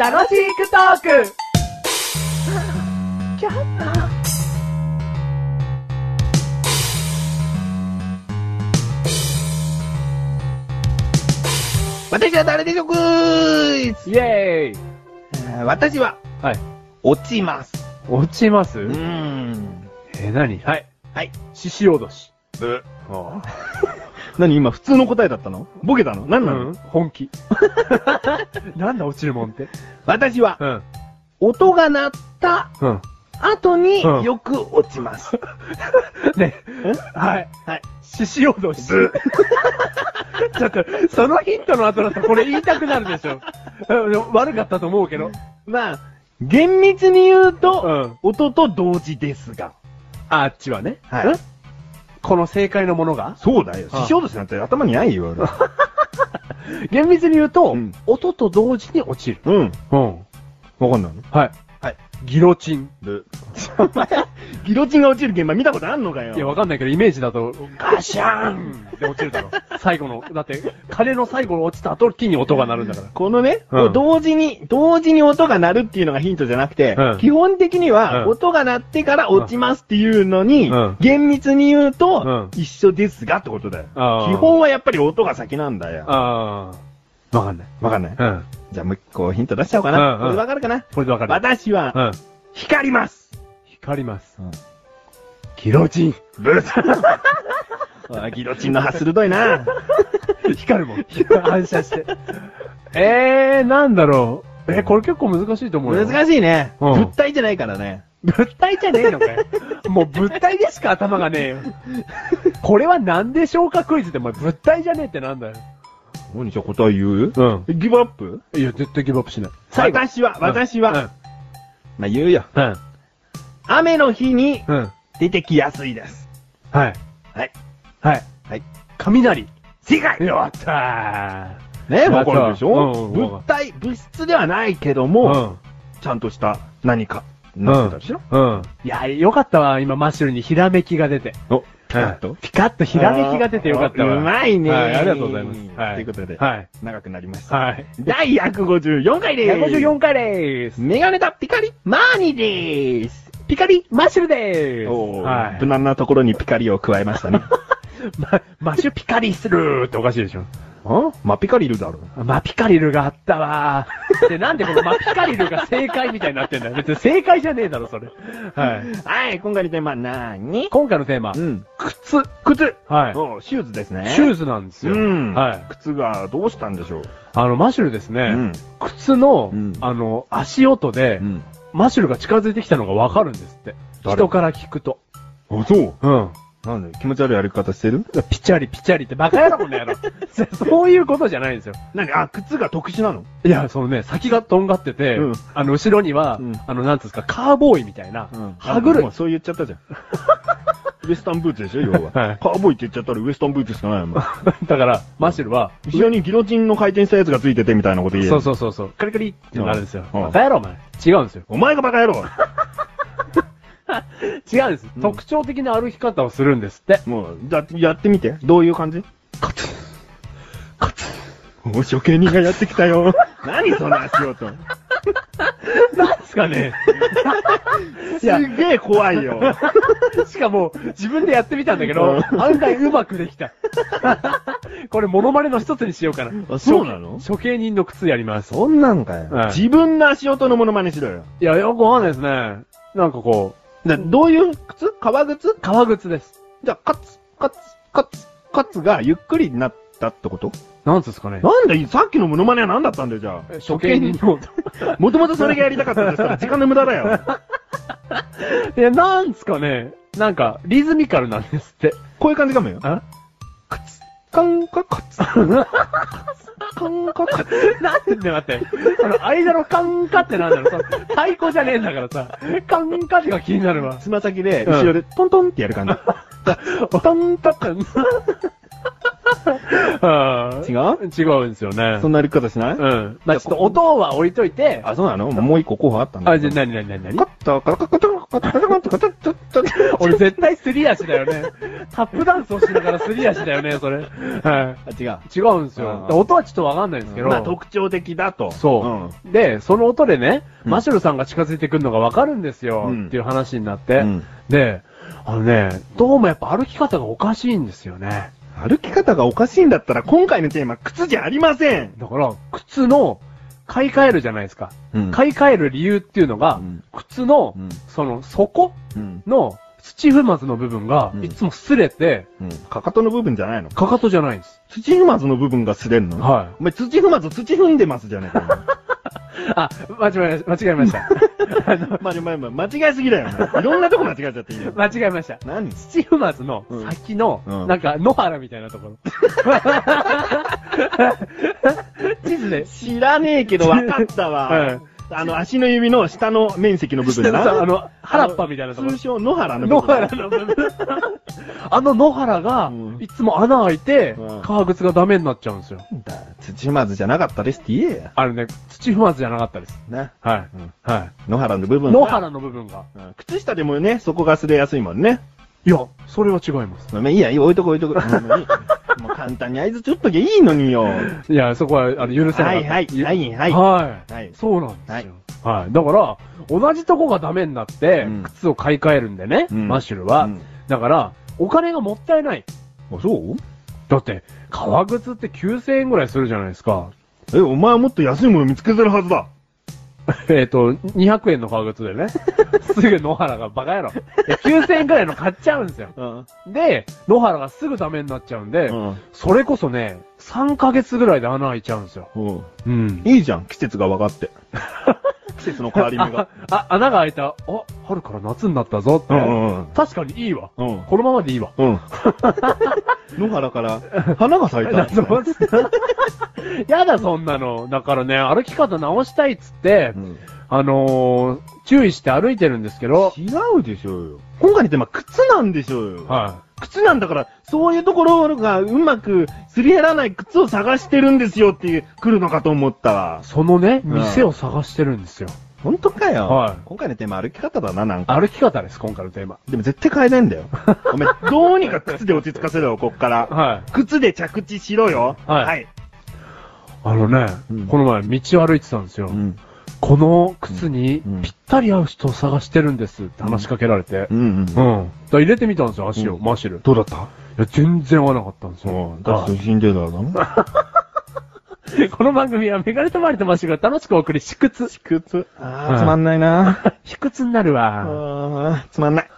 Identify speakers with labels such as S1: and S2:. S1: 楽しくトーク
S2: 私は誰でしょうクイズ
S3: イェーイ
S2: えー私は、
S3: はい。
S2: 落ちます。
S3: 落ちます
S2: うーん。
S3: え、何はい。
S2: はい。
S3: 獅子おどし。
S2: ブ。
S4: 何今普通の答えだったのボケたの何なの、
S3: うん本気。 なんだ落ちるもんって。
S2: 私は、
S3: うん。
S2: 音が鳴った
S3: うん。
S2: 後に
S3: うん
S2: よく落 ちます。
S3: ね。はい。
S2: はい。
S3: 獅子おどし。 ちょっと、そのヒントの後だとこれ言いたくなるでしょ。うん悪かったと思うけど。
S2: まあ、厳密に言う
S3: う
S2: と、
S3: ん。
S4: 音と同時ですが。
S3: あっちはね。
S2: はい
S3: んこの正解のものが
S4: そうだよ。
S3: あ
S4: 獅子落としなんて頭にない よ、
S3: 厳密に言うと、
S4: うん
S3: 音と同時に落ちる。
S4: 俺。うん。
S3: うん。
S4: わかんないの
S3: はい。
S2: はい。
S3: ギロチン。
S4: ブ。 お前、ギロチンが落ちる現場見たことあんのかよ。
S3: いや、わかんないけど、イメージだと、
S4: ガシャ
S3: う
S4: ン
S3: んで落ちるだろ。 最後の、だって、鐘の最後の落ちた後、木に音が鳴るんだか
S4: このね、
S3: うん
S4: 同時に、同時に音が鳴るっていうのがヒントじゃなくて、
S3: うん
S4: 基本的に
S3: う
S4: は
S3: ん
S4: 音が鳴ってから落ちますっていうのに、
S3: うん
S4: 厳密に言うと、
S3: うん
S4: 一緒ですがってことだよ。
S3: ら。
S4: 基本はやっぱり音が先なんだよ。
S3: ああ。わかんない。
S4: わかんない
S3: うん。
S4: じゃあもう一個ヒント出しちゃおうかな。
S3: うんうん
S4: これわかるかな
S3: これでわかる。
S4: 私は
S3: うん。
S4: 光ります。
S3: 光ります。
S4: うん
S3: ギロチン。
S4: ブーあギロチンの歯鋭いな。
S3: 光るもん。 反射して。えー、なんだろう。え、これ結構難しいと思うよ。
S4: 難しいね。
S3: うん
S4: 物体じゃないからね。
S3: 物体じゃねえのかよ。もう物体でしか頭がねえよ。これは何でしょうかクイズって、お前物体じゃねえってなんだよ。
S4: 何じゃあ答え言う
S3: うん。
S4: ギブアップ
S3: いや、絶対ギブアップしない。最後。
S4: 私は、私は、まあ言うよ。
S3: うん。うん。
S4: 雨の日に
S3: うん。
S4: 出てきやすいです。
S3: はい。
S4: はい。
S3: はい。
S4: はい。
S3: 雷。
S4: 正解
S3: やった
S4: ねわかるでし
S3: う
S4: ょ
S3: ん
S4: 物体、物質ではないけど
S3: ー。
S4: も、ちゃんとした何か、なってたでしょ
S3: うん。うん。いや、よかったわ、今、マッシュルにひらめきが出て。
S4: お、
S3: ピ
S4: カッと
S3: ピカッとひらめきが出てよかったわ。
S4: うまいね
S3: はい、ありがとうございます。はい。
S4: ということで
S3: はい。
S4: 長くなりました。
S3: はい。
S4: 第154回でーす。
S3: 154回でーす。
S4: メガネタピカリマーニーでーす。
S3: ピカリ、マッシュルでーす。
S4: おー
S3: はい
S4: 無。難なところにピカリを加えま したね。
S3: まマッシュピカリするーっておかしいでしょ。
S4: あマピカリいるだろ。
S3: マピカリルがあったわー。で、なんでこのマピカリルが正解みたいになってんだよ。別に正解じゃねえだろ、それ。はい。
S4: はい、今回のテーマは何
S3: 今回のテーマ、
S4: ん。
S3: 靴。
S4: 靴
S3: はい。
S4: おシューズですね。
S3: シュー
S4: ズ
S3: ズなんですよ。
S4: うん。
S3: はい。
S4: 靴がどうしたんでしょう
S3: あの、マシュルですね、
S4: うん
S3: 靴の、
S4: うん
S3: あの、足音で、
S4: ん。
S3: マシュルが近づいてきたのがわかるんですって。
S4: 誰
S3: 人から聞くと。
S4: あ、そう。
S3: うん。
S4: なんで気持ち悪い歩き方してる
S3: ピチャリピチャリってバカ野郎この野郎。 そういうことじゃないんですよ。
S4: 何あ、靴が特殊なの
S3: いや、そのね、先がとんがってて、
S4: うん
S3: あの、後ろには、
S4: うん
S3: あの、なんつうんですか、カーボーイみたいな、歯車
S4: もう、そう言っちゃったじ ゃん。ウエスタンブーツでしょ、要は。
S3: はい
S4: カーボーイって言っちゃったらウエスタンブーツしかないもん。
S3: だから、マシュルは、
S4: 後ろにギロチンの回転したやつがついててみたいなこと言え
S3: そう
S4: う。
S3: そうそうそう、カリカリってなるんですよ。
S4: うん
S3: バカ野郎お前。違うんですよ。
S4: お前がバカ野郎
S3: 違うんです。
S4: うん
S3: 特徴的な歩き方をするんですって。
S4: もう、だやってみて。どういう感じ
S3: カツカツ
S4: お、処刑人がやってきたよ。 何その足音。
S3: なんですかね。
S4: すっげえ怖い よ。
S3: しかも、自分でやってみたんだけ
S4: う
S3: ど、
S4: ん
S3: 案外うまくでき た。これ、モノマネの一つにしようかな。
S4: あそうなの
S3: 処刑人の靴やります。
S4: そんなんかよ
S3: はい
S4: 自分の足音のモノマネしろよ。
S3: いや、よくわかんないですね。なんかこ
S4: だどういう靴革靴
S3: う、革靴です。
S4: じゃあ、カツ、カツ、カツ、カツがゆっくりになったってこと
S3: なんつうんですかね。
S4: なんだ、さっきのモノマネは何だったんだよ、じゃあ。
S3: 処刑人の。
S4: もともとそれがやりたかったんですから、時間の無駄だよ。
S3: いや、なんですかね。なんか、リズミカルなんですって。
S4: こういう感じかもよ。
S3: あ
S4: カツ、カンカカツ、カンカカツ。
S3: なんてね、待って。その間のカンカってなんだろうさ。太鼓じゃねえんだからさ。カンカってが気になるわ。
S4: つま先で、後ろでトントンってやる感
S3: タンタタン。あ
S4: じ。違う
S3: ー違うんですよね
S4: そ。んな歩き方しない
S3: うん。まあちょっと音は置いといて。
S4: あ、そうなのもう一個候補あったんだ
S3: あ、
S4: け
S3: じ
S4: ど。
S3: ゃあ、なになになになに
S4: カッタカラカカタカ
S3: 俺絶対すり足だよね。タップダンスをしながらすり足だよね、それ。は
S5: あ、違う。
S3: い。違うんですよ。
S5: うん
S3: で音はちょっとわかんないんですけど。
S4: まあ特徴的だと。
S3: そうう。で、その音でね、
S5: うん
S3: マシュルさんが近づいてくるのがわかるんですよ、
S5: うん
S3: っていう話になって、
S5: うん
S3: で、あのね、どうもやっぱ歩き方がおかしいんですよね。
S4: 歩き方がおかしいんだったら今回のテーマ靴じゃありません。
S3: だから、靴の、買い替えるじゃないですか。
S5: うん
S3: 買い替える理由っていうのが、
S5: うん
S3: 靴の、
S5: うん
S3: その底
S5: うん
S3: の土踏まずの部分が、
S5: うん
S3: いつも擦れて、
S5: うん
S4: かかとの部分じゃないの
S3: かかとじゃないんです。
S4: 土踏まずの部分が擦れんの
S3: は
S4: お前土踏まず土踏んでますじゃねえか。
S3: い。あ、間違えました。間違えました。あの、
S4: まあまあまあ、間違いすぎだよ。 お前いろんなとこ間違えちゃっていいよ。
S3: 間違えました。
S4: 何
S3: 土踏まずの先の、
S5: うん
S3: なんか野原みたいなところ。地図で。
S4: 知らねえけど分かったわ。あの、足の指の下の面積の部分
S3: さ
S4: な。
S3: あの、原っぱみたいなところ
S4: 通。称野原の
S3: 野
S4: 部分。
S3: 原の部分。あの野原が
S4: う、ん
S3: いつも穴開いて
S4: う、ん
S3: 革靴がダメになっちゃうんですよ。
S5: なんだ土踏まずじゃなかったですって言えや。
S3: あのね、土踏まずじゃなかったです。
S5: な。
S3: は
S5: うん
S3: い。は
S5: 野原の部
S3: い。
S5: 分が
S3: 野原の部分が。
S4: うん靴下でもね、そこが擦れやすいもんね。
S3: いや、それは違います。
S5: まあいいや、いいよ置いとこ置いとこ。
S4: も ういいもう簡単に合図ちょっときゃいいのによ。はい
S3: や、そこは、あの、許せない
S4: い。はい、はい、はい。
S3: はい。
S4: はい。
S3: そうなんですよ。はい。だから、同じとこがダメになって
S5: うん、
S3: 靴を買い替えるんでね、
S5: うん
S3: マッシュルは
S5: うん。
S3: だから、お金がもったいない。
S5: あ、そう
S3: だって、革靴って9000円ぐらいするじゃないですか。
S4: え、お前はもっと安いもの見つけてるはずだ。
S3: えっと、200円の革靴で ね。すぐ野原がバカ野郎。え9000円ぐらいの買っちゃうんですよ。
S4: うん。
S3: で、野原がすぐダメになっちゃうんで、
S4: うん。
S3: それこそね、3ヶ月ぐらいで穴開いちゃうんですよ。
S4: うん。
S3: うん。
S4: いいじゃん、季節が分かって。 季節の変わり目が。
S3: あ、穴が開いた。あ、春から夏になったぞって。
S4: うん。
S3: 確かにいいわ。
S4: うん。
S3: このままでい いわ。
S4: うん。 野原から花が咲い た。
S3: 夏も やだ、そんなの。だからね、歩き方直したいっつって、
S5: うん
S3: あのー、注意して歩いてるんですけど、
S4: 違うでしょうよ。今回のテーマ、靴なんでしょうよ。
S3: は
S4: 靴なんだから、そういうところがうまくすり減らない靴を探してるんですよっていう、来るのかと思ったわ
S3: い。。そのね、
S5: うん
S3: 店を探してるんですよ。
S5: 本当かよ。
S3: はい
S5: 今回のテーマ歩き方だな、なんか。
S3: 歩き方です、今回のテーマ。
S5: でも絶対変えないんだ よ。
S4: お前、どうにか靴で落ち着かせろよ、こっから。
S3: はい。
S4: 靴で着地しろよ。
S3: はい
S4: はい。
S3: あのね、
S5: うん
S3: この前道を歩いてたんですよ。
S5: うん。
S3: この靴に
S5: うん
S3: ぴったり合う人を探してるんですって話しかけられて。
S5: うんうん。
S3: うん。だから入れてみたんですよ、足を、
S5: うん
S3: マシル。い
S5: どうだった
S3: や、全然合わなかったんですよ。
S5: だって死んでたな。
S3: この番組はメガネとマリとマシュが楽しくお送り、私屈。
S5: 靴。
S4: あ
S5: あー、つまんないな。
S3: 卑屈になるわ。
S5: あー、つまんない。